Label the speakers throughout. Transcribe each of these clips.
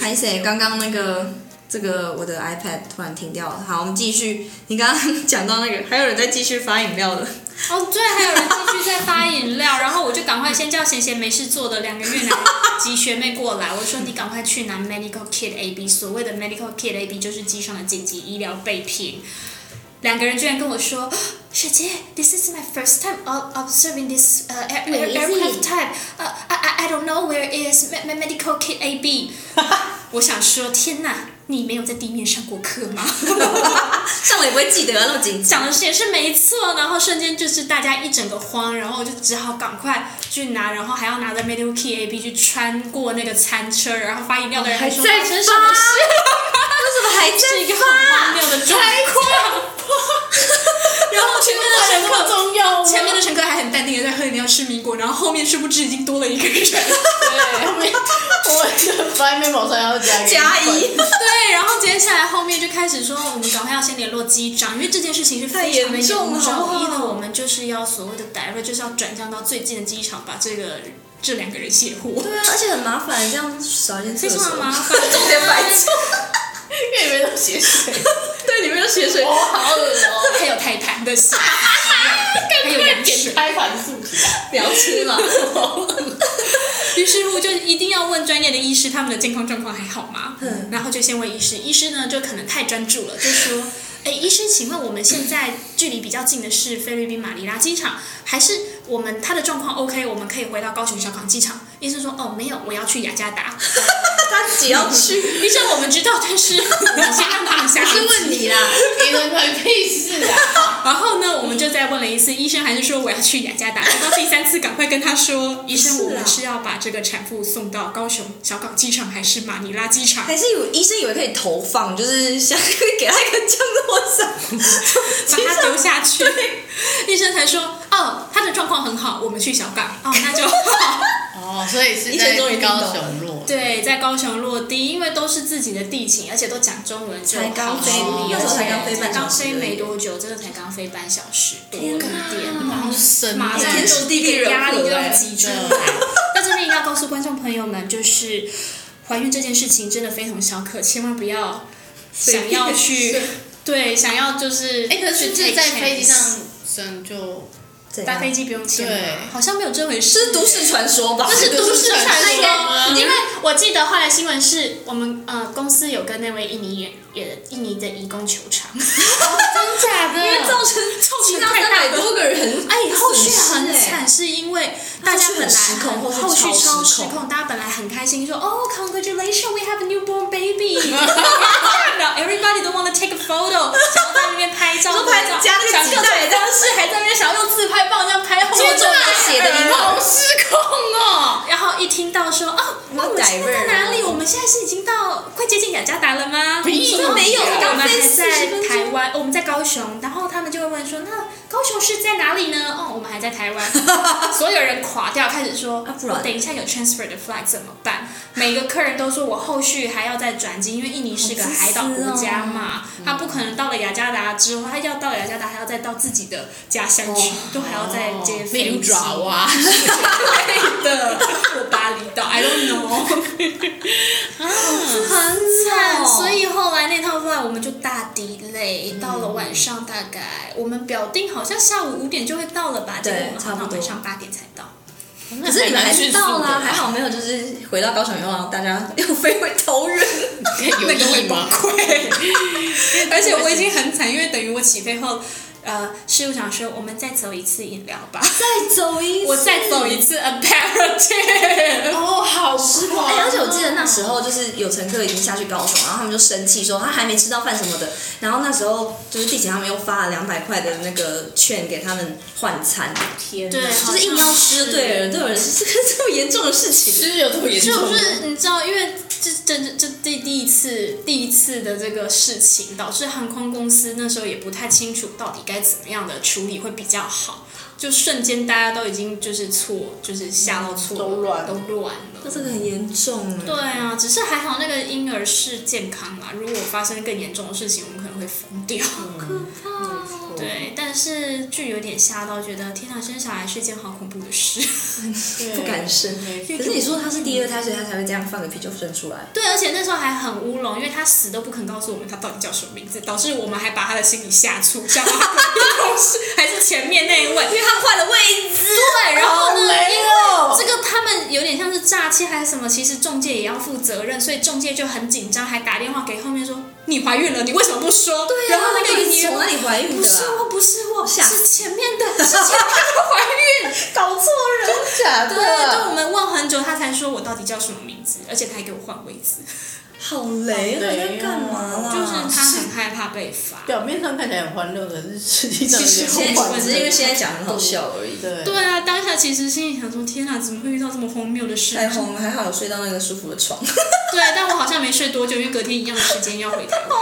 Speaker 1: 拍谁？刚刚那个这个我的 iPad 突然停掉了。好，我们继续。你刚刚讲到那个， 还有人在继续发饮料的。
Speaker 2: 哦，对，还有人继续在发饮料，然后我就赶快先叫闲闲没事做的两个越南籍学妹过来，我说你赶快去拿 medical kit AB，所谓的 medical kit AB 就是机上的紧急医疗备品。两个人居然跟我说，学姐，this is my first time o- observing this uh, air,
Speaker 3: Where
Speaker 2: air,
Speaker 3: is
Speaker 2: aircraft
Speaker 3: it?
Speaker 2: type. Uh, I I I don't know where is me- me- medical kit AB。我想说，天哪，你没有在地面上过课吗？
Speaker 1: 上了也不会记得啊，那么紧张。
Speaker 2: 讲的是也是没错，然后瞬间就是大家一整个慌，然后我就只好赶快去拿，然后还要拿着 Medical Key A B 去穿过那个餐车，然后发饮料的人还说
Speaker 1: 还在
Speaker 2: 发生什么事，
Speaker 1: 为什么还
Speaker 2: 是一 个
Speaker 1: 在
Speaker 2: 很荒谬的状况。然后前面的乘客
Speaker 3: 重要吗？
Speaker 2: 前面的乘客还很淡定的在喝饮料吃米果，然后后面殊不知已经多了一个人。
Speaker 3: 对，后面我就发现面膜上要加
Speaker 1: 加一？
Speaker 2: 对，然后接下来后面就开始说，我们赶快要先联络机长，因为这件事情是非常的
Speaker 1: 太严
Speaker 2: 严
Speaker 1: 重了好不好
Speaker 2: 因为我们就是要所谓的 direct，就是要转向到最近的机场，把这个这两个人卸货，
Speaker 1: 对啊，而且很麻烦，这样少一间
Speaker 2: 非
Speaker 1: 厕
Speaker 2: 常
Speaker 1: 所
Speaker 2: 的。麻烦，重点
Speaker 1: 白痴。
Speaker 3: 因为里面都血水，
Speaker 1: 对，里面的血水。
Speaker 3: 好恶哦、
Speaker 2: 还有泰坦的血，还有羊水
Speaker 3: 点。开盘素皮，
Speaker 1: 不要吃 嘛。
Speaker 2: 于是乎就一定要问专业的医师他们的健康状况还好吗？
Speaker 1: 嗯
Speaker 2: 然后就先问医师，医师呢就可能太专注了，就说。哎，医师，请问我们现在距离比较近的是菲律宾马尼拉机场，还是我们他的状况 OK，我们可以回到高雄小港机场？医生说，哦，没有，我要去雅加达。
Speaker 1: 他只要去，
Speaker 2: 医生，我们知道，但是 我们先让他们下
Speaker 1: 不
Speaker 2: 飞
Speaker 1: 是
Speaker 2: 机
Speaker 1: 问你啦。
Speaker 3: 你们关屁事啊！
Speaker 2: 然后呢，我们就再问了一次，医生还是说我要去雅加达。直到第三次，赶快跟他说，医生，
Speaker 1: 不是啊
Speaker 2: 我们是要把这个产妇送到高雄小港机场还是马尼拉机场？
Speaker 1: 还是以为医生以为可以投放，就是想 给他一个降落伞，
Speaker 2: 把它丢下去。 医生才说，哦，他的状况很好，我们去小港。哦，那就好。
Speaker 3: 哦，所以是
Speaker 1: 一切
Speaker 3: 在
Speaker 1: 终于听懂
Speaker 3: 高
Speaker 1: 了
Speaker 3: 雄落，
Speaker 2: 对，在高雄落地，因为都是自己的地勤，而且都讲中文就好，
Speaker 1: 才刚
Speaker 3: 飞
Speaker 2: 哦
Speaker 3: 那时候才
Speaker 1: 刚飞半小时
Speaker 2: 刚飞没多久，真的才刚飞半小时多一点，然后
Speaker 3: 好神
Speaker 2: 马上
Speaker 1: 天
Speaker 2: 就
Speaker 1: 时
Speaker 2: 这
Speaker 1: 地利
Speaker 2: 个
Speaker 1: 人
Speaker 2: 压力
Speaker 1: 和
Speaker 2: 就要
Speaker 1: 哎
Speaker 2: 挤出来。 在这边一定要告诉观众朋友们，就是怀孕这件事情真的非同小可，千万不要想要去对想要就是
Speaker 3: 哎、可是
Speaker 2: 去
Speaker 3: 这
Speaker 2: take
Speaker 3: 在飞机
Speaker 2: chance
Speaker 3: 上生就
Speaker 1: 怎
Speaker 2: 搭
Speaker 1: 样
Speaker 2: 飞机不用钱吗
Speaker 3: 对
Speaker 2: 好像没有这回
Speaker 1: 这
Speaker 2: 事
Speaker 1: 是。都市传说吧？
Speaker 2: 这是都市
Speaker 3: 这是都市
Speaker 2: 传说，
Speaker 3: 传说
Speaker 2: 因为我记得后来新闻是我们呃公司有跟那位印尼也也印尼的义工求偿，
Speaker 3: 哦真假的？
Speaker 1: 因为造成
Speaker 2: 成
Speaker 1: 其他三百多个人，
Speaker 2: 哎，后续
Speaker 1: 损
Speaker 2: 很
Speaker 1: 失哎
Speaker 2: 惨，是因为大家本来很
Speaker 1: 后续很失控
Speaker 2: 后续
Speaker 1: 后续
Speaker 2: 超
Speaker 1: 超
Speaker 2: 失
Speaker 1: 失
Speaker 2: 控，
Speaker 1: 控
Speaker 2: 大家本来很开心说哦，congratulations，we have a newborn baby，然后 everybody 都 want to take a photo，想要在那边拍照，
Speaker 1: 都拍加那个
Speaker 2: 想各
Speaker 1: 脐
Speaker 2: 种
Speaker 1: 带
Speaker 2: 方式，还在那边想要用自拍棒这样拍后
Speaker 1: 结
Speaker 2: 面
Speaker 1: 果中文写的一
Speaker 2: 好
Speaker 1: 样。
Speaker 2: 失控哦！ 然后一听到说哦，那
Speaker 1: 要
Speaker 2: 我们现在在
Speaker 1: divert
Speaker 2: 哪里？我们现在是已经到快接近雅加达了吗？
Speaker 3: 屁
Speaker 2: 说没有，
Speaker 3: 我
Speaker 2: 我
Speaker 1: 刚
Speaker 2: 们还
Speaker 1: 飞
Speaker 2: 在
Speaker 1: 40分钟
Speaker 2: 台湾，我们在高雄。然后他们就会问说，那高雄是在哪里呢？哦，我们还在台湾。 所有人垮掉，开始说
Speaker 1: 啊，不
Speaker 2: 我
Speaker 1: 然
Speaker 2: 等一下有 transfer 的 flight 怎么办？每个客人都说我后续还要再转机，因为印尼是个
Speaker 1: 好自私
Speaker 2: 海岛国家
Speaker 3: 哦
Speaker 2: 嘛，
Speaker 1: 嗯
Speaker 2: 他不可能到了雅加达之后，他要到雅加达还要再到自己的家乡去，
Speaker 1: 哦
Speaker 2: 都还要再接
Speaker 3: 例
Speaker 2: 飞
Speaker 3: 如
Speaker 2: 机。
Speaker 3: 哦爪哇，
Speaker 2: 对的，我巴厘岛，I don't know。
Speaker 1: 很
Speaker 2: 惨，
Speaker 1: 惨，
Speaker 2: 所以后来那套 flight 我们就大 delay，到了晚上大概我们表定好像下午五点就会到了吧，结
Speaker 1: 对
Speaker 2: 果我们好
Speaker 1: 差
Speaker 2: 像
Speaker 1: 不多
Speaker 2: 晚上八点才 到。
Speaker 1: 可是你们还是到啦，还
Speaker 3: 还
Speaker 1: 好没有，就是回到高雄以后，大家又飞回桃园，
Speaker 3: 有意吗？
Speaker 1: 哦
Speaker 2: 而且我已经很惨，因为等于我起飞后，呃，师傅想说我们再走一次饮料吧，
Speaker 1: 再走一
Speaker 2: 我再走一次 a parody。
Speaker 3: 哦，好失望
Speaker 1: 哎、而且我记得那时候就是有乘客已经下去高雄，然后他们就生气说他还没吃到饭什么的。然后那时候就是地勤他们又发了两百块的那个券给他们换餐，
Speaker 3: 天
Speaker 2: 对，
Speaker 1: 就是硬要吃，对人，对有人是这么严重的事情。
Speaker 3: 是有这么严
Speaker 2: 就
Speaker 3: 重吗？
Speaker 2: 是你知道，因为这这这这第第一次第一次的这个事情，导致航空公司那时候也不太清楚到底该怎么样的处理会比较好，就瞬间大家都已经就是错，就是下到错了，
Speaker 3: 都乱
Speaker 2: 都乱
Speaker 1: 那
Speaker 2: 了。
Speaker 1: 这个很严重哎，
Speaker 2: 对啊，只是还好那个婴儿是健康啦。如果发生更严重的事情，我们可能会疯掉。
Speaker 3: 没错
Speaker 2: 对，对，但是就有点吓到，觉得天哪，生小孩是件好恐怖的事。
Speaker 3: 对
Speaker 1: 不敢生。
Speaker 3: 没
Speaker 1: 可是你说他是第二胎，所以他才会这样放个屁就生出来。
Speaker 2: 对，而且那时候还很乌龙，因为他死都不肯告诉我们他到底叫什么名字，导致我们还把他的心里吓出，吓到他隔壁同事还是前面那一 位。
Speaker 1: 因为他换了位置。
Speaker 2: 对，然后
Speaker 3: 好
Speaker 2: 呢，
Speaker 3: 雷
Speaker 2: 因为
Speaker 3: 哦！
Speaker 2: 这个他们有点像是诈欺还是什么，其实中介也要负责任，所以中介就很紧张，还打电话给后面说你怀孕了，你为什么不说？
Speaker 1: 啊
Speaker 2: 对然后那个
Speaker 1: 到底
Speaker 2: 女
Speaker 1: 是从哪里怀孕
Speaker 2: 不
Speaker 1: 的
Speaker 2: 是
Speaker 1: 啊？
Speaker 2: 我，不是我，
Speaker 1: 吓
Speaker 2: 是前面的，是前面的怀孕。
Speaker 3: 搞错人，真假
Speaker 2: 对，就我们问很久，他才说我到底叫什么名字，而且他还给我换位置，
Speaker 1: 好雷啊！
Speaker 3: 对
Speaker 1: 你在干嘛啦？
Speaker 2: 就是他很害怕被罚。
Speaker 3: 表面上看起来很欢乐，可是实际上
Speaker 2: 其实
Speaker 3: 有点
Speaker 1: 现
Speaker 3: 恐
Speaker 1: 在
Speaker 3: 慌
Speaker 1: 只是因为现在讲很好笑而已。
Speaker 3: 对
Speaker 2: 对啊，当下其实心里想说，天哪，怎么会遇到这么荒谬的事？
Speaker 1: 太红了，还好有睡到那个舒服的床。
Speaker 2: 对，啊但我好像没睡多久，因为隔天一样的时间要回台湾。
Speaker 1: 哦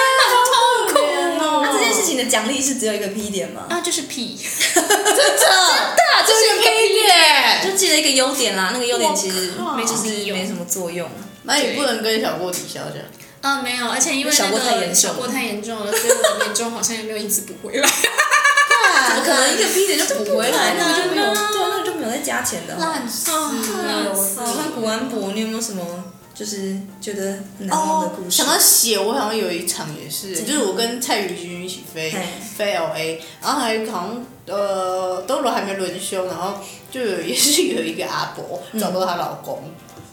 Speaker 3: 好可
Speaker 1: 啊
Speaker 3: 怜哦
Speaker 1: 那这件事情的奖励是只有一个 P 点吗？
Speaker 2: 啊，就是屁，
Speaker 3: 真的真的
Speaker 2: 这是一个
Speaker 3: 一点，
Speaker 1: 就记得一个优点啦，那个优点其实
Speaker 3: 我靠
Speaker 1: 没就
Speaker 2: 没
Speaker 1: 是
Speaker 2: 用
Speaker 1: 没什么作用。
Speaker 3: 那也不能跟小郭抵消这样。
Speaker 2: 啊，没有，而且因为
Speaker 1: 小
Speaker 2: 那
Speaker 1: 过太
Speaker 2: 个
Speaker 1: 严重
Speaker 2: 小过太严重了，所以我的年终好像也没有一直补回来。
Speaker 1: 怎么啊可能一个 P 点就补回来？那
Speaker 2: 可
Speaker 1: 个就
Speaker 2: 能
Speaker 1: 没有，
Speaker 2: 啊
Speaker 1: 对，那个就没有再加钱的啊。
Speaker 4: 哦
Speaker 2: 啊，
Speaker 1: 我看古玩博，你有没有什么就是觉得很难忘的
Speaker 3: 哦
Speaker 1: 故，事？
Speaker 3: 想到血，我好像有一场也是，就是我跟蔡宇君一起飞
Speaker 1: 嘿
Speaker 3: 飞 L A，然后还好像呃都轮还没轮休，然后就有也是有一个阿伯
Speaker 1: 嗯
Speaker 3: 找不到她老公，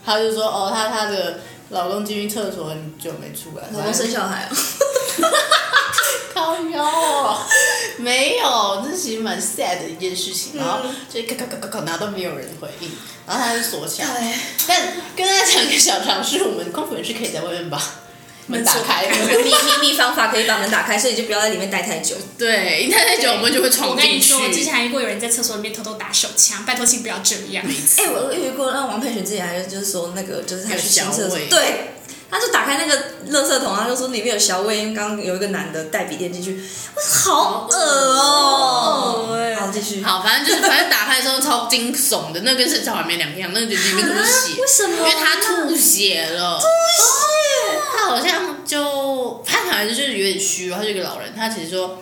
Speaker 3: 她就说哦她她的老公进去厕所很久没出来，
Speaker 1: 老公生小孩哦，
Speaker 3: 靠腰哦， 没有，这其实蛮 sad 的一件事情，然后
Speaker 1: 嗯
Speaker 3: 就咔咔咔咔咔，然后都没有人回应，然后他就锁起来。
Speaker 1: 哎
Speaker 3: 但跟大家讲个小常识，我们空服员是可以在外面把门打 开
Speaker 1: 秘
Speaker 3: 的。
Speaker 1: 秘密方法可以把门打开，所以你就不要在里面待太久。
Speaker 3: 对，一待太久我们就会
Speaker 2: 我
Speaker 3: 闯
Speaker 2: 跟你
Speaker 3: 进去
Speaker 2: 说，。我之前还遇过有人在厕所里面偷偷打手枪，拜托，请不要这样。
Speaker 1: 哎、我我有遇过，那王佩璇之前还是就是说那个，就是他去清厕
Speaker 3: 有小
Speaker 1: 所
Speaker 3: 味，
Speaker 1: 对，他就打开那个垃圾桶，他就说里面有小味，因为刚刚有一个男的带笔电进去，我说好恶哦、
Speaker 2: 好恶哎
Speaker 1: 好，继续。
Speaker 4: 好，反正就是，反正打开的时候超惊悚的，那跟生小孩没两样，那个就里面都是血，
Speaker 1: 为什么？
Speaker 4: 因为他吐血了。他好像就他好像就是有点虚弱，他是一个老人，他其实说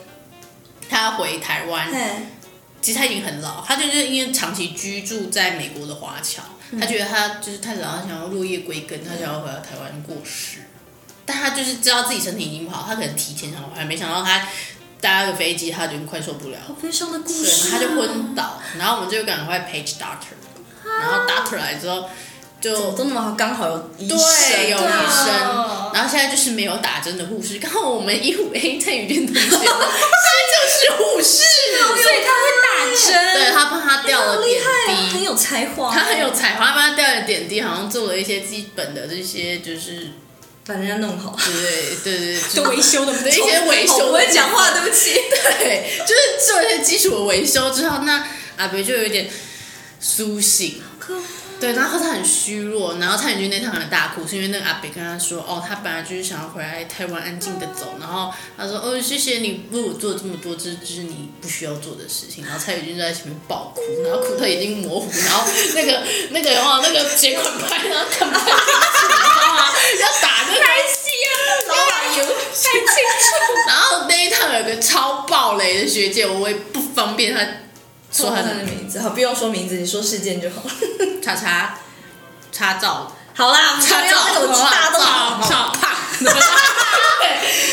Speaker 4: 他要回台湾，
Speaker 1: 哎，
Speaker 4: 其实他已经很老，他就是因为长期居住在美国的华侨，
Speaker 1: 嗯
Speaker 4: 他觉得他就是太老，他想要落叶归根，他想要回到台湾过世。但他就是知道自己身体已经不好，他可能提前想还没想到他搭个飞机他就快受不了，
Speaker 1: 好悲伤的故
Speaker 4: 对，
Speaker 1: 事、啊
Speaker 4: 他就昏倒，然后我们就赶快 page doctor，然后 doctor 来之后就
Speaker 1: 都那么好，刚好有医生，
Speaker 4: 对有医
Speaker 1: 啊
Speaker 4: 生，然后现在就是没有打针的护士，刚好我们一五 A 蔡雨娟同学，她就是护士，
Speaker 2: 所以他会打针。
Speaker 4: 对他帮他掉了
Speaker 1: 好厉
Speaker 4: 点
Speaker 1: 害啊，很
Speaker 4: 滴，
Speaker 1: 有才华，
Speaker 4: 他很有，才华，他帮他掉了点滴，好像做了一些基本的这些就是
Speaker 1: 把人家弄好。
Speaker 4: 对对对
Speaker 2: 就维修的部分
Speaker 4: 对，一 些维
Speaker 1: 好
Speaker 4: 修，
Speaker 1: 不会讲话，对不起。
Speaker 4: 对，就是做一些基础的维修之后，那阿北就有一点苏醒。对，然后他很虚弱，然后蔡允君那趟很大哭，是因为那个阿北跟他说，哦，他本来就是想要回来台湾安静的走，然后他说，哦，谢谢你为我做这么多，这就是你不需要做的事情。然后蔡允君就在前面爆哭，然后哭到眼睛模糊，然后那个那个哦，那个结款牌，然后看不到，你知道吗？要打那个。
Speaker 1: 啊
Speaker 2: 老板油太清楚。
Speaker 4: 然后那一趟有个超暴雷的学姐，我也不方便她说她
Speaker 1: 他
Speaker 4: 的
Speaker 1: 的
Speaker 4: 名
Speaker 1: 名字，好，不用说名字，你说事件就好了。
Speaker 4: 字，叉叉叉照，
Speaker 1: 好啦，我们
Speaker 4: 叉
Speaker 1: 不
Speaker 4: 照，
Speaker 1: 要那个我知道都好。
Speaker 4: 照胖，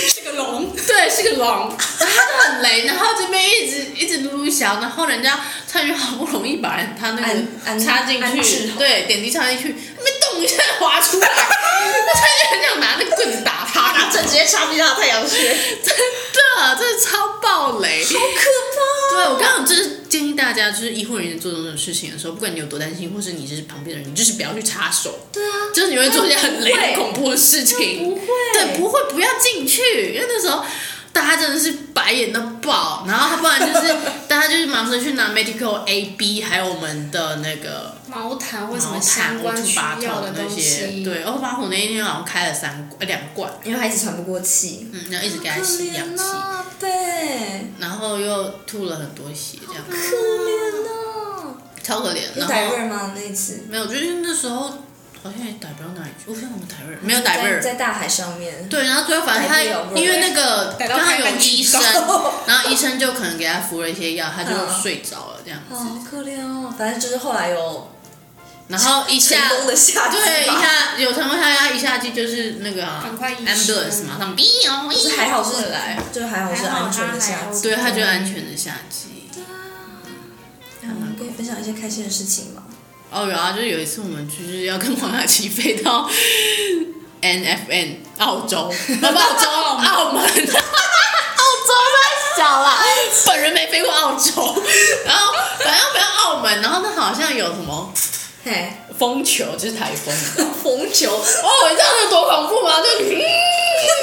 Speaker 2: 是个龙，
Speaker 4: 对，是个龙，然后她就很雷，然后这边一直一直撸小，然后人家蔡徐好不容易把她那
Speaker 1: 安安
Speaker 4: 个插进
Speaker 1: 安置
Speaker 4: 去，
Speaker 1: 好
Speaker 4: 对，点滴插进去，没动一下滑出来， 那蔡徐很想拿那个棍子打她，
Speaker 1: 拿针直接插 进他的太阳穴，
Speaker 4: 真的，啊真的超暴雷，好可怕、对我刚刚就是建议大家，就是医护人员做这种事情的时候，不管你有多担心，或是你就是旁边的人，你就是不要去插手。对啊，就是你会做一些很雷
Speaker 1: 会
Speaker 4: 的、恐怖的事情。
Speaker 1: 会
Speaker 4: 对，不会，不要进去，因为那时候。大家真的是白眼到爆，然后他不然就是大家就是忙着去拿 medical A B，还有我们的那个 哦
Speaker 2: 毛毯或什么
Speaker 4: 毛
Speaker 2: 相
Speaker 4: 毯、
Speaker 2: 关
Speaker 4: 呕吐
Speaker 2: 需
Speaker 4: 八
Speaker 2: 要
Speaker 4: 口
Speaker 2: 的
Speaker 4: 那
Speaker 2: 东
Speaker 4: 些，
Speaker 2: 西。
Speaker 4: 对，欧巴口那一天好像开了三呃两罐，
Speaker 1: 因为他一直喘不过气，
Speaker 4: 嗯，然后一直给他吸氧气，
Speaker 1: 啊，对，
Speaker 4: 然后又吐了很多血，这样
Speaker 1: 可怜啊！
Speaker 4: 超可怜。
Speaker 1: 有
Speaker 2: 啊
Speaker 4: 然
Speaker 1: 带
Speaker 4: 后
Speaker 1: 瑞吗？那一次
Speaker 4: 没有，就是那时候好像也打不到哪里去，我不知道我们台北没有台
Speaker 1: 在
Speaker 4: 北。
Speaker 1: 在大海上面，
Speaker 4: 对，然后最后反正他
Speaker 1: 台北有
Speaker 4: 因为那个
Speaker 2: 改到
Speaker 4: 刚好
Speaker 2: 台
Speaker 4: 有
Speaker 2: 湾去
Speaker 4: 医生
Speaker 1: 搞，
Speaker 4: 然后医生就可能给他服了一些药，他就
Speaker 1: 嗯
Speaker 4: 睡着了这样
Speaker 1: 哦
Speaker 4: 子。
Speaker 1: 好可怜哦。反正就是后来有
Speaker 4: 然后一
Speaker 1: 成
Speaker 4: 下
Speaker 1: 功的下肢吧
Speaker 4: 对，一下有成功下压一下机就是那个啊
Speaker 2: 赶快医生嗯
Speaker 4: ambulance 马上 B 哦，
Speaker 2: 哎
Speaker 1: 就是还好是
Speaker 4: 过来，
Speaker 1: 就是还好是
Speaker 2: 还好
Speaker 1: 安全的
Speaker 2: 他
Speaker 1: 下
Speaker 2: 还
Speaker 1: 肢。
Speaker 4: 对他就安全的下机。
Speaker 1: 嗯，可以分享一些开心的事情吗？
Speaker 4: 哦，有啊，就是有一次我们就是要跟黄雅琪飞到 N F N 澳 洲，啊不澳洲 澳门，澳洲太小了，本人没飞过澳洲，然后反正要飞到澳门，然后那好像有什么
Speaker 1: 嘿，
Speaker 4: 风球，就是台 风，你知道吗
Speaker 1: 红球，
Speaker 4: 哦，你知道那有多恐怖吗？就，嗯、然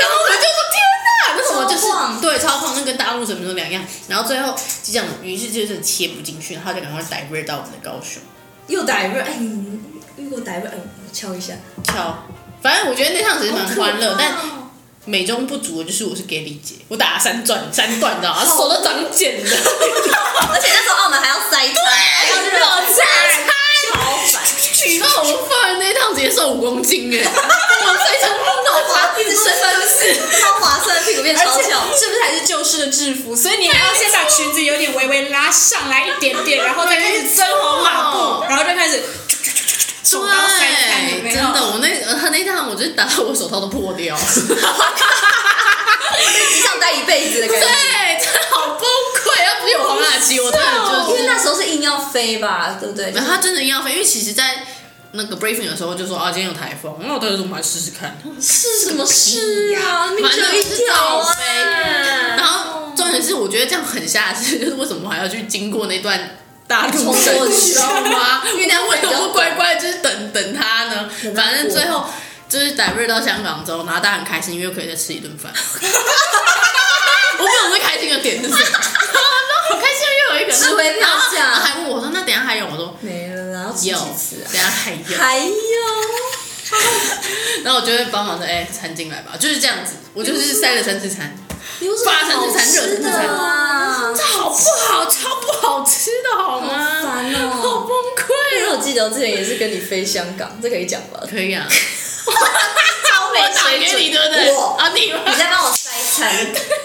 Speaker 4: 后我们就说天哪，那什么就是
Speaker 1: 超晃
Speaker 4: 对超晃，那跟大陆什么都两样。然后最后机长于是就是切不进去，然后就赶快 divert 到我们的高雄
Speaker 1: 又逮不，哎，你遇过逮不？哎，我敲一下，
Speaker 4: 跳。反正我觉得那趟只是蛮欢乐，
Speaker 1: 好可怕
Speaker 4: 但
Speaker 1: 哦
Speaker 4: 美中不足的就是我是给李姐，我打了三转三段，你知道吗？手都长茧了，而
Speaker 1: 而且那时候澳门还要塞车，还要热餐，超烦，
Speaker 4: 你知道我犯那趟直接瘦五公斤哎，我非常脑
Speaker 1: 哇，
Speaker 4: 瓜
Speaker 1: 一
Speaker 4: 一
Speaker 1: 直
Speaker 4: 直
Speaker 1: 伸
Speaker 4: 伸
Speaker 1: 分是超划算，屁股变
Speaker 2: 而
Speaker 1: 超
Speaker 2: 且
Speaker 1: 翘。
Speaker 2: 啊是不是还是旧式的制服？所以你还要先把裙子有点微微拉上来一点点，然后再开始真红马步，然后就开始手刀塞开，有没有
Speaker 4: 对，真的，我那呃他那趟我就打到我手套都破掉，
Speaker 1: 只想待一辈子的感
Speaker 4: 对，
Speaker 1: 觉。
Speaker 4: 真的哎好崩溃。要不是有黄雅琪，我真的
Speaker 1: 因
Speaker 4: 就是
Speaker 1: 为，那时候是硬要飞吧，对不对？
Speaker 4: 然啊后他真的要飞，因为其实，在那个 briefing 的时候就说啊，今天有台风，那我到底怎么来试试看？
Speaker 1: 是什么事啊？明明
Speaker 4: 反
Speaker 1: 就
Speaker 4: 正
Speaker 1: 一
Speaker 4: 就是
Speaker 1: 条
Speaker 4: 照
Speaker 1: 啊
Speaker 4: 飞。。然后重点是，我觉得这样很下次， 就是为什么还要去经过那段大
Speaker 1: 冲
Speaker 4: 路
Speaker 1: 过
Speaker 4: 神，
Speaker 1: 去
Speaker 4: 你知道 吗？因为那为什
Speaker 1: 比较
Speaker 4: 么
Speaker 1: 短
Speaker 4: 不乖乖就是等等他呢？反正最后就是逮瑞到香港之后，然后大家很开心，因为可以再吃 一顿饭。我不懂最开心的点是什么，好开心，又有一个
Speaker 1: 值回票价
Speaker 4: 然后还问我说：“那等一下还有？”我说
Speaker 1: 没了啦，要：“吃
Speaker 4: 有，
Speaker 1: 几次
Speaker 4: 等
Speaker 1: 啊
Speaker 4: 一？下还有。”
Speaker 1: 还有，
Speaker 4: 然后我就会帮忙说：“哎，餐进来吧。”就是这样子，我就是塞了三次餐。
Speaker 1: 有什么
Speaker 4: 八成
Speaker 1: 好
Speaker 4: 是残
Speaker 1: 吃
Speaker 4: 忍
Speaker 1: 的啊？
Speaker 4: 这好不好？超不好吃的好吗？
Speaker 1: 好烦哦
Speaker 4: 好崩
Speaker 1: 因
Speaker 4: 溃
Speaker 1: 为
Speaker 4: 哦！
Speaker 1: 我记得我之前也是跟你飞香港，这可以讲吧？
Speaker 4: 可以啊，
Speaker 1: 超
Speaker 4: 我打给你对不对？
Speaker 1: 我
Speaker 4: 啊，你
Speaker 1: 你在帮我塞 餐，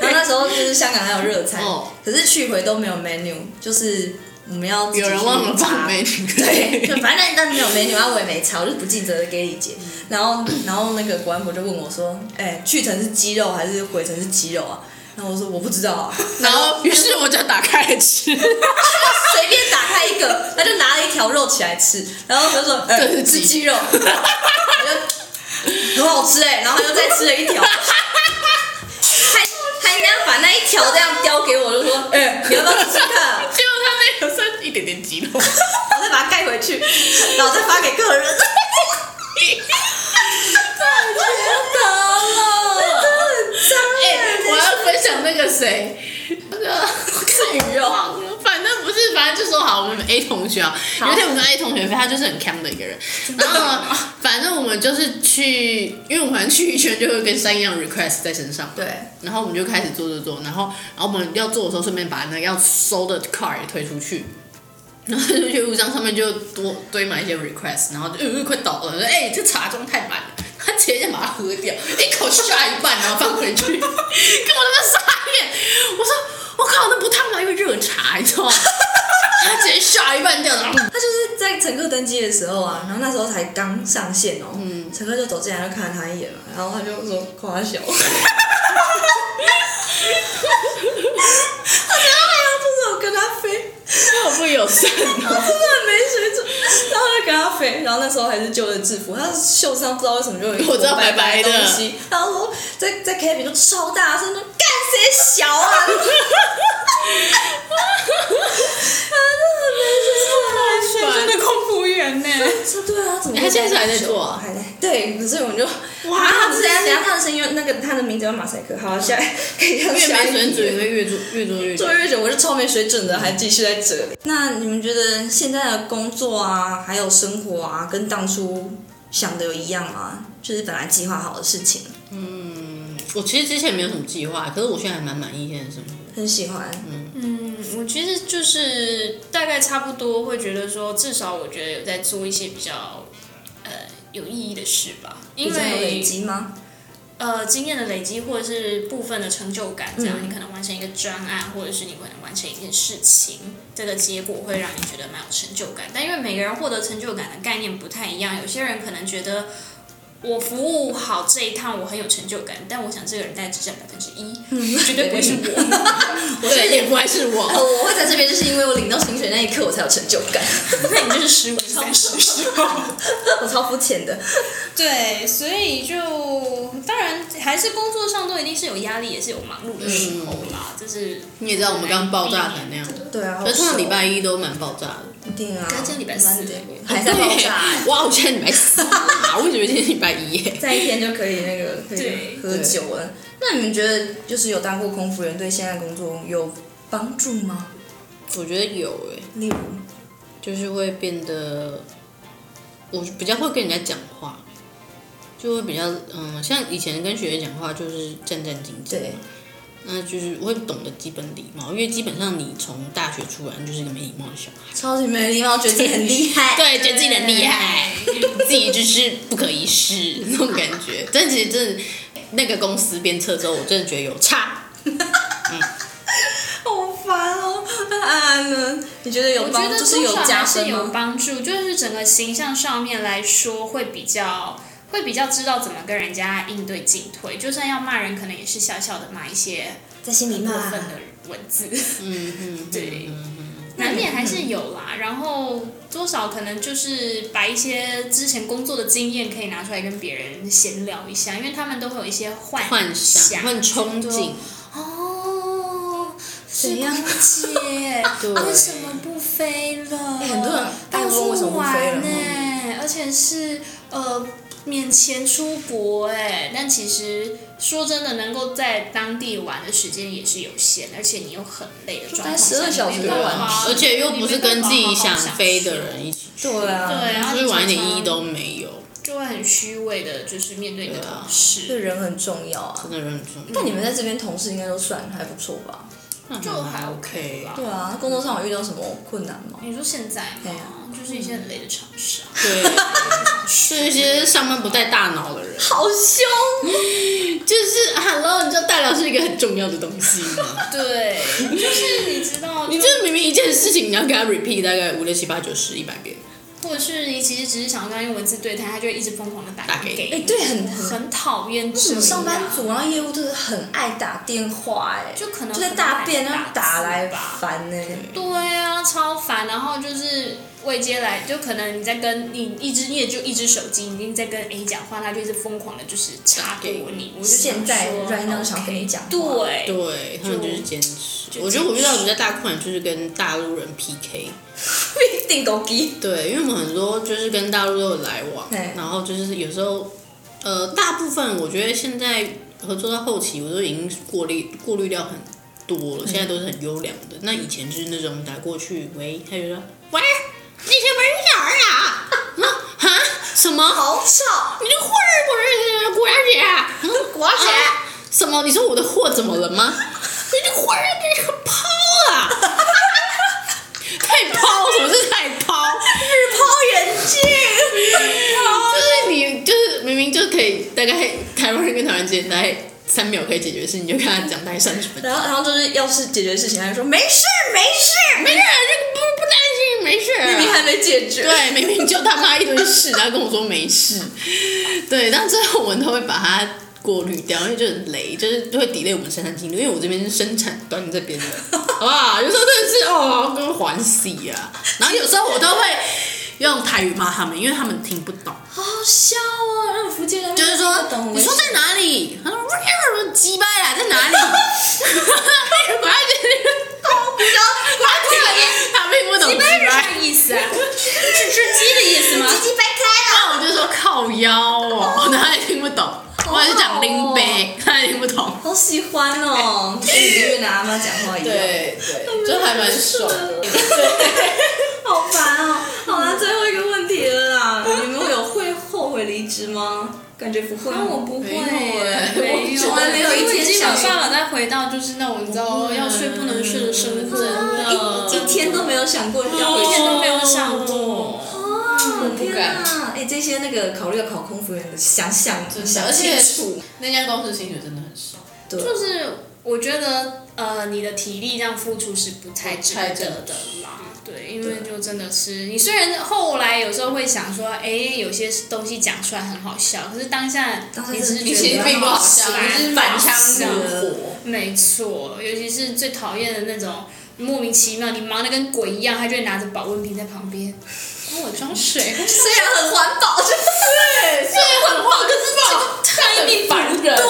Speaker 1: 然后那时候就是香港还有热餐
Speaker 4: 哦，
Speaker 1: 可是去回都没有 menu，就是我们要自己
Speaker 4: 有人忘了
Speaker 1: 去查
Speaker 4: 放 menu
Speaker 1: 对，就反正但但没有 menu，然后我啊也没查，我就不尽责的给你姐，
Speaker 4: 嗯
Speaker 1: 然后然后那个国安婆就问我说，哎，去程是鸡肉还是回程是鸡肉啊？然后我说我不知道啊，
Speaker 4: 然后于是我就打开来 吃，
Speaker 1: 随便打开一个，他就拿了一条肉起来吃，然后他就说：“ 哎、
Speaker 4: 这是
Speaker 1: 吃
Speaker 4: 鸡
Speaker 1: 鸡肉。” 我就很好吃哎、然后他又再吃了一条，还还那样把那一条这样叼给我，就说：“ 哎、你要不要吃吃看啊、
Speaker 4: 结果他那个剩一点点鸡肉，
Speaker 1: 然后再把它盖回去，然后再发给客人。 欸
Speaker 4: 哎我要分享那个谁，那个是鱼肉， 反正不是，反正就说好，我们 A 同学啊，有一天我跟 A 同学飞，他就是很强的一个人，然后反正我们就是去，因为我们去一圈就会跟山一样 request 在身上，
Speaker 1: 对，
Speaker 4: 然后我们就开始做做做，然后然后我们要做的时候，顺便把那个要收的 card 也推出去。然后就去路上上面就多堆满一些 request，然后就呃快倒了，说哎、这茶盅太满了，他直接就把它喝掉，一口下一半，然后放回去，跟我他妈傻眼，我说我靠，那不烫吗？因为热茶，你知道吗？他直接下一半掉，然后
Speaker 1: 他就是在乘客登机的时候啊，然后那时候才刚上线哦，
Speaker 4: 嗯
Speaker 1: 乘客就走进来就看了他一眼嘛，然后他就说夸 小，我觉得他要哎就是我跟他飞，
Speaker 4: 好不友善
Speaker 1: 他真的很没水准，然后就跟他飞，然后那时候还是旧的制服，他袖上不知道为什么就有一
Speaker 4: 我知道
Speaker 1: 坨白
Speaker 4: 白白的
Speaker 1: 东西，然后说在在 cabin 就超大声说干谁小 啊， 他真的很没水准，
Speaker 2: 真的空服员呢、
Speaker 1: 是对啊，怎么会
Speaker 4: 哎他现在是还在
Speaker 1: 久
Speaker 4: 做啊
Speaker 1: 还在。对，可是我们就
Speaker 2: 哇
Speaker 1: 啊他
Speaker 2: 这
Speaker 1: 之前等一下他的声音，那个他的名字叫马赛克。好， 下来可以让
Speaker 4: 越
Speaker 1: 下
Speaker 4: 没
Speaker 1: 一
Speaker 4: 水
Speaker 1: 题
Speaker 4: 准，会越做越做越
Speaker 1: 做越久，我就超没水准的，还继续在这里。那你们觉得现在的工作啊，还有生活啊，跟当初想的有一样吗？就是本来计划好的事情，
Speaker 4: 我其实之前没有什么计划，可是我现在还蛮满意现在的生活。
Speaker 1: 很喜欢。
Speaker 2: 嗯，我其实就是大概差不多会觉得说，至少我觉得有在做一些比较呃有意义的事吧，因
Speaker 1: 比较有累
Speaker 2: 为
Speaker 1: 积吗？
Speaker 2: 呃经验的累积或者是部分的成就感，这样、你可能完成一个专案，或者是你可能完成一件事情，这个结果会让你觉得蛮有成就感。但因为每个人获得成就感的概念不太一样，有些人可能觉得。我服务好这一趟，我很有成就感，但我想这个人大概只占百分之一，绝对不会是我。
Speaker 4: 对，也不会是我。
Speaker 1: 呃，我会在这边，就是因为我领到薪水那一刻，我 才有成就感。
Speaker 2: 那你就是十五、三十、十
Speaker 1: 我超肤浅的，
Speaker 2: 对，所以就当然还是工作上都一定是有压力，也是有忙碌的时候啦。就是
Speaker 4: 你也知道我们刚爆炸的那样，可
Speaker 1: 对啊。
Speaker 4: 是通
Speaker 1: 我
Speaker 4: 常礼拜一都蛮爆炸的。
Speaker 1: 一定啊，
Speaker 2: 可是今天礼拜四
Speaker 1: 蛮
Speaker 2: 欸
Speaker 1: 还在爆炸欸，
Speaker 4: 哇！我今天礼拜四啊，我以为今天礼拜一耶。
Speaker 1: 在一天就可以那个可以
Speaker 2: 对
Speaker 1: 喝酒了。那你们觉得就是有当过空服员，对现在工作有帮助吗？
Speaker 4: 我觉得有诶，
Speaker 1: 例如，
Speaker 4: 就是会变得，我比较会跟人家讲话，就会比较嗯，像以前跟学姐讲话就是战战兢兢，
Speaker 1: 对，
Speaker 4: 那就是我会懂得基本礼貌，因为基本上你从大学出来你就是一个没礼貌的小孩，
Speaker 1: 超级没礼貌，觉得自己很厉害。
Speaker 4: 对，觉得自己很厉害，自己就是不可一世那种感 觉。但其实真的，那个公司鞭策之后，我真的觉得有差。
Speaker 1: 好烦哦。那安安呢？你觉得有
Speaker 2: 我觉
Speaker 1: 帮，
Speaker 2: 得
Speaker 1: 就是
Speaker 2: 多少
Speaker 1: 加
Speaker 2: 还是
Speaker 1: 分
Speaker 2: 有
Speaker 1: 吗？
Speaker 2: 帮助，就是整个形象上面来说会比较。会比较知道怎么跟人家应对进退，就算要骂人，可能也是小小的骂一些
Speaker 1: 在心里
Speaker 2: 很过
Speaker 1: 骂
Speaker 2: 分。的文字。
Speaker 4: 嗯嗯，
Speaker 2: 对，难免还
Speaker 1: 嗯
Speaker 2: 是有啦。然后多少可能就是把一些之前工作的经验可以拿出来跟别人闲聊一下，因为他们都会有一些幻
Speaker 4: 幻想、
Speaker 2: 想、
Speaker 4: 幻憧憬，
Speaker 2: 哦。是
Speaker 1: 怎样
Speaker 2: 空 姐
Speaker 4: 对
Speaker 2: 为什么不飞了？
Speaker 1: 哎很多人爱
Speaker 2: 到
Speaker 1: 问为什么
Speaker 2: 处
Speaker 1: 不飞了
Speaker 2: 玩呢、而且是呃免钱出国哎、但其实说真的，能够在当地玩的时间也是有限，而且你又很累的状况下，
Speaker 1: 就待12小时
Speaker 2: 你没办法
Speaker 1: 啊
Speaker 4: 而且又不是跟自己想飞的。
Speaker 2: 你没办法好好享
Speaker 4: 人一起去，
Speaker 1: 对啊，
Speaker 2: 对，然后
Speaker 4: 就是玩一点
Speaker 2: 常
Speaker 4: 意
Speaker 2: 常
Speaker 4: 义都没有，
Speaker 2: 就会很虚伪的，就是面对你的
Speaker 4: 啊
Speaker 2: 同
Speaker 1: 对
Speaker 2: 事，
Speaker 1: 人很重要啊
Speaker 4: 真。的人很重要。
Speaker 1: 但你们在这边同事应该都算还不错吧？
Speaker 2: 就还 OK 啦
Speaker 1: 对啊，工作上有遇到什么困难吗？
Speaker 2: 你说现在
Speaker 1: 对啊
Speaker 2: 嘛，就是一些很累的啊厂商，
Speaker 4: 对，是一些上班不带大脑的人，
Speaker 1: 好凶！
Speaker 4: 就是 Hello，你知道大脑是一个很重要的东西吗？
Speaker 2: 对，就是你知道，
Speaker 4: 你
Speaker 2: 就
Speaker 4: 这明明一件事情，你要给他 repeat 大概五六七八九十一百遍，
Speaker 2: 或者是你其实只是想要跟他用文字对谈，他就会一直疯狂的打
Speaker 4: 打
Speaker 2: 给
Speaker 4: 给
Speaker 2: 你，
Speaker 1: 哎、对，很很
Speaker 2: 很讨厌
Speaker 1: 什
Speaker 2: 这啊
Speaker 1: 么
Speaker 2: 样。
Speaker 1: 上班族，然后业务就是很爱打电话、哎，
Speaker 2: 就可能
Speaker 1: 就在大便
Speaker 2: 很爱
Speaker 1: 那打来
Speaker 2: 打字吧
Speaker 1: 烦呢、
Speaker 2: 对啊，超烦。然后就是未接来，就可能你在跟你一只，你也就一只手机，你已经在跟 A 讲话，他就是疯狂的，就是插给我你。我就想
Speaker 1: 现在
Speaker 2: 说
Speaker 1: right now
Speaker 2: OK，
Speaker 1: 想跟你讲话
Speaker 2: 对，
Speaker 4: 对他们就是坚持。
Speaker 2: 就
Speaker 4: 我觉得我遇到比较大困难就是跟大陆人 PK，
Speaker 1: 定狗机，
Speaker 4: 对，因为我们很多就是跟大陆都有来往
Speaker 1: 对，
Speaker 4: 然后就是有时候，呃，大部分我觉得现在合作到后期，我都已经过滤过滤掉很多了，现
Speaker 1: 嗯
Speaker 4: 在都是很优良的。那以前就是那种打过去，喂，他就说，喂，你是不是哪儿啊？ 啊啊什么？
Speaker 1: 好吵，
Speaker 4: 你这混儿不是国家姐？嗯
Speaker 1: 国姐
Speaker 4: 啊什么？你说我的货怎么了吗？ 你这货儿这个抛啊！ 太抛，什么是太抛？
Speaker 1: 日抛远近，
Speaker 4: 就是你就是明明就可以大概台湾人跟台湾人之间大概三秒可以解决的事，你就跟他讲大概三十分 钟。
Speaker 1: 然后然后就是要是解决事情，他就说没事没事，
Speaker 4: 没事，这个不不
Speaker 1: 明
Speaker 4: 担心，没事。
Speaker 1: 明还没解决，
Speaker 4: 对，明明就他妈一堆事，他跟我说没事。对，但最后我们都会把它过滤掉，因为就很雷，就是会 delay 我们生产进度，因为我这边是生产端这边的，好不好？有时候真的是哦，跟环喜啊。然后有时候我都会用台语骂他们，因为他们听不懂。
Speaker 1: 好好笑哦，让福建人
Speaker 4: 就是说，
Speaker 1: 懂
Speaker 4: 你说在哪里？他说我什么鸡掰啦，啊在 哪里？我要觉得搞不着，他听不懂，他
Speaker 2: 是
Speaker 4: 听不懂鸡掰。
Speaker 2: 啥 意思啊？是吃鸡的意思吗？
Speaker 1: 鸡掰开
Speaker 4: 那我就说靠腰哦，然后他也听不懂，我就讲拎杯，他也听不懂。
Speaker 1: 好喜欢 哦，就是你跟越南阿妈讲话一样，
Speaker 4: 对，就还蛮 爽的。
Speaker 1: 好烦哦。好啦，最后一个问题了 啦，你们有会后悔离职吗？感觉不会，哦
Speaker 2: 那我不会
Speaker 4: 没有欸
Speaker 2: 没
Speaker 1: 我
Speaker 2: 有，
Speaker 1: 从来没有一
Speaker 2: 因为
Speaker 1: 天
Speaker 2: 基本
Speaker 1: 想
Speaker 2: 上有再回到就是那种你知道要睡不能睡的生活，
Speaker 1: 啊一一天都没有想过要回
Speaker 2: 一
Speaker 1: 去
Speaker 2: 天都没有想过。
Speaker 1: 啊
Speaker 4: 我不
Speaker 1: 天
Speaker 4: 敢。
Speaker 1: 哪！哎，这些那个考虑要考空服员的，想想
Speaker 4: 真的
Speaker 1: 想
Speaker 4: 而且
Speaker 1: 清楚。
Speaker 4: 那家公司薪水真的很少，
Speaker 1: 对，
Speaker 2: 就是我觉得呃，你的体力这样付出是不太值得的啦。对，因为就真的是你虽然后来有时候会想说，哎，有些东西讲出来很好笑，可是当下
Speaker 1: 当下
Speaker 2: 你
Speaker 1: 真
Speaker 2: 只
Speaker 1: 的觉
Speaker 2: 是
Speaker 1: 得
Speaker 2: 觉得
Speaker 1: 其实并不好
Speaker 4: 笑
Speaker 2: 蛮
Speaker 4: 就是反
Speaker 2: 好
Speaker 4: 腔
Speaker 2: 笑
Speaker 4: 怒
Speaker 2: 的
Speaker 4: 火
Speaker 2: 没错，尤其是最讨厌的那种莫名其妙，你忙得跟鬼一样，他就会拿着保温瓶在旁边帮我装水，
Speaker 1: 虽然很环 保，对，虽然很环保，可是
Speaker 2: 太你
Speaker 4: 烦人
Speaker 2: 对，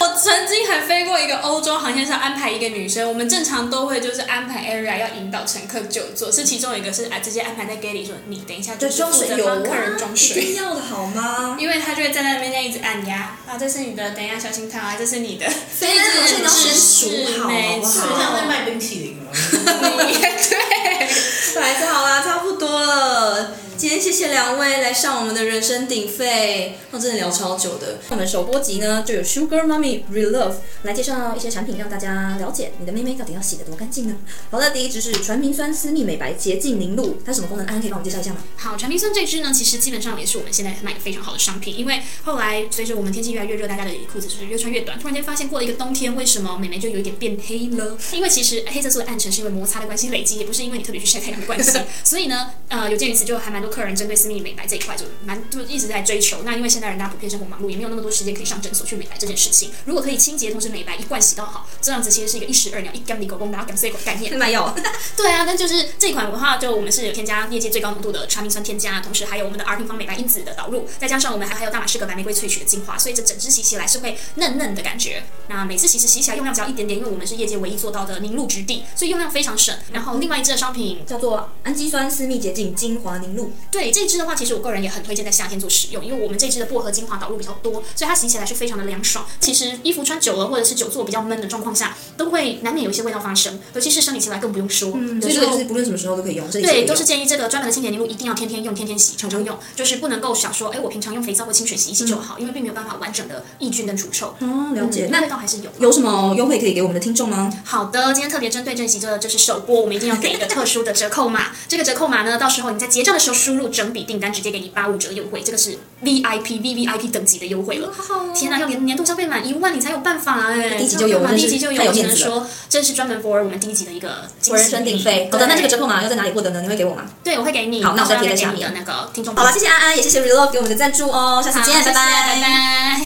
Speaker 2: 我曾经还飞过一个欧洲航线上，安排一个女生，我们正常都会就是安排 area 要引导乘客久坐，是其中一个是啊直接安排在 galley 说你等一下就
Speaker 1: 对，
Speaker 2: 是
Speaker 1: 装
Speaker 2: 负
Speaker 1: 水
Speaker 2: 责
Speaker 1: 有
Speaker 2: 帮
Speaker 1: 啊，
Speaker 2: 客人装
Speaker 1: 一 定
Speaker 2: 水。
Speaker 1: 要的好吗？
Speaker 2: 因为他就会站在那边这样一直按压啊，这是你的，等一下小心烫啊，这是你的，
Speaker 1: 所以那好像要先
Speaker 2: 是
Speaker 1: 数好，好
Speaker 2: 没
Speaker 1: 不
Speaker 2: 错
Speaker 3: 就像在
Speaker 1: 好？
Speaker 3: 卖冰淇淋吗？
Speaker 2: 对，
Speaker 1: 来，好啦，差不多了。今天谢谢两位来上我们的人声鼎沸，哦，真的聊超久的。我们首播集呢就有 Sugar Mommy Relove 来介绍一些产品，让大家了解你的妹妹到底要洗得多干净呢。好的，第一支是传明酸私密美白洁净凝露，它是什么功能？安安可以帮我们介绍一下吗？
Speaker 2: 好，传明酸这支呢，其实基本上也是我们现在卖非常好的商品，因为后来随着我们天气越来越热，大家的裤子就是越穿越短。突然间发现，过了一个冬天，为什么美眉就有一点变黑了？因为其实黑色素的暗沉是因为摩擦的关系累积，也不是因为你特别去晒太阳的关系。所以呢，呃，有鉴于此，就还蛮多客人针对私密美白这一块就蛮就一直在追求。那因为现代人大家普遍生活忙碌，也没有那么多时间可以上诊所去美白这件事情。如果可以清洁同时美白，一罐洗到好，这样子其实是一个一石二鸟，一竿子狗公，然后干碎狗概念。
Speaker 1: 卖药。
Speaker 2: 对啊，但就是这款的话，就我们是有添加业界最高浓度的传明酸添加，同时还有我们的 R 平方美白因子的导入，再加上我们还还有大马士革白玫瑰萃取的精华，所以这整支洗起来是会嫩嫩的感觉。那每次洗洗洗起来用量只要一点点，因为我们是业界唯一做到的凝露质地，所以用量非常省。然后另外一支的商品
Speaker 1: 叫做氨基酸私密洁净精华凝露，
Speaker 2: 对这支的话，其实我个人也很推荐在夏天做使用，因为我们这支的薄荷精华导入比较多，所以它洗起来是非常的凉爽。其实衣服穿久了，或者是久坐比较闷的状况下，都会难免有一些味道发生，尤其是生理期来更不用说。嗯
Speaker 1: 所以这个就是不论什么时候都可以用，这里
Speaker 2: 对，都是建议这个专门的清洁凝露一定要天天用、天天洗、常常用，就是不能够想说，哎，我平常用肥皂或清水洗一洗就好，因为并没有办法完整的抑菌跟除臭。
Speaker 1: 哦，了解。
Speaker 2: 那
Speaker 1: 那
Speaker 2: 味道还是有。
Speaker 1: 有什么优惠可以给我们的听众吗？
Speaker 2: 好的，今天特别针对这集的就是首播，我们一定要给一个特殊的折扣码。这个折扣码呢，到时候你在结账的时候输入整笔订单，直接给你八五折优惠，这个是 VIP VVIP 等级的优惠了。天哪，要年年度消费满一万，你才有办法哎！
Speaker 1: 哦第一集就有
Speaker 2: 嘛，
Speaker 1: 真
Speaker 2: 第
Speaker 1: 是
Speaker 2: 一集就
Speaker 1: 太有
Speaker 2: 只
Speaker 1: 面
Speaker 2: 能
Speaker 1: 子了
Speaker 2: 说这是专门 for 我们第一集的一个
Speaker 1: 我人声鼎沸。好的，那这个折扣码要在哪里获得呢？你会给我吗？
Speaker 2: 对，我会给你。
Speaker 1: 好那我再
Speaker 2: 到时候
Speaker 1: 贴在
Speaker 2: 再
Speaker 1: 下
Speaker 2: 给你的
Speaker 1: 面
Speaker 2: 那个听众朋
Speaker 1: 好
Speaker 2: 友。
Speaker 1: 了，谢谢安安，也谢谢 Relove 给我们的赞助哦，下次见，
Speaker 2: 好谢
Speaker 1: 拜
Speaker 2: 谢拜拜。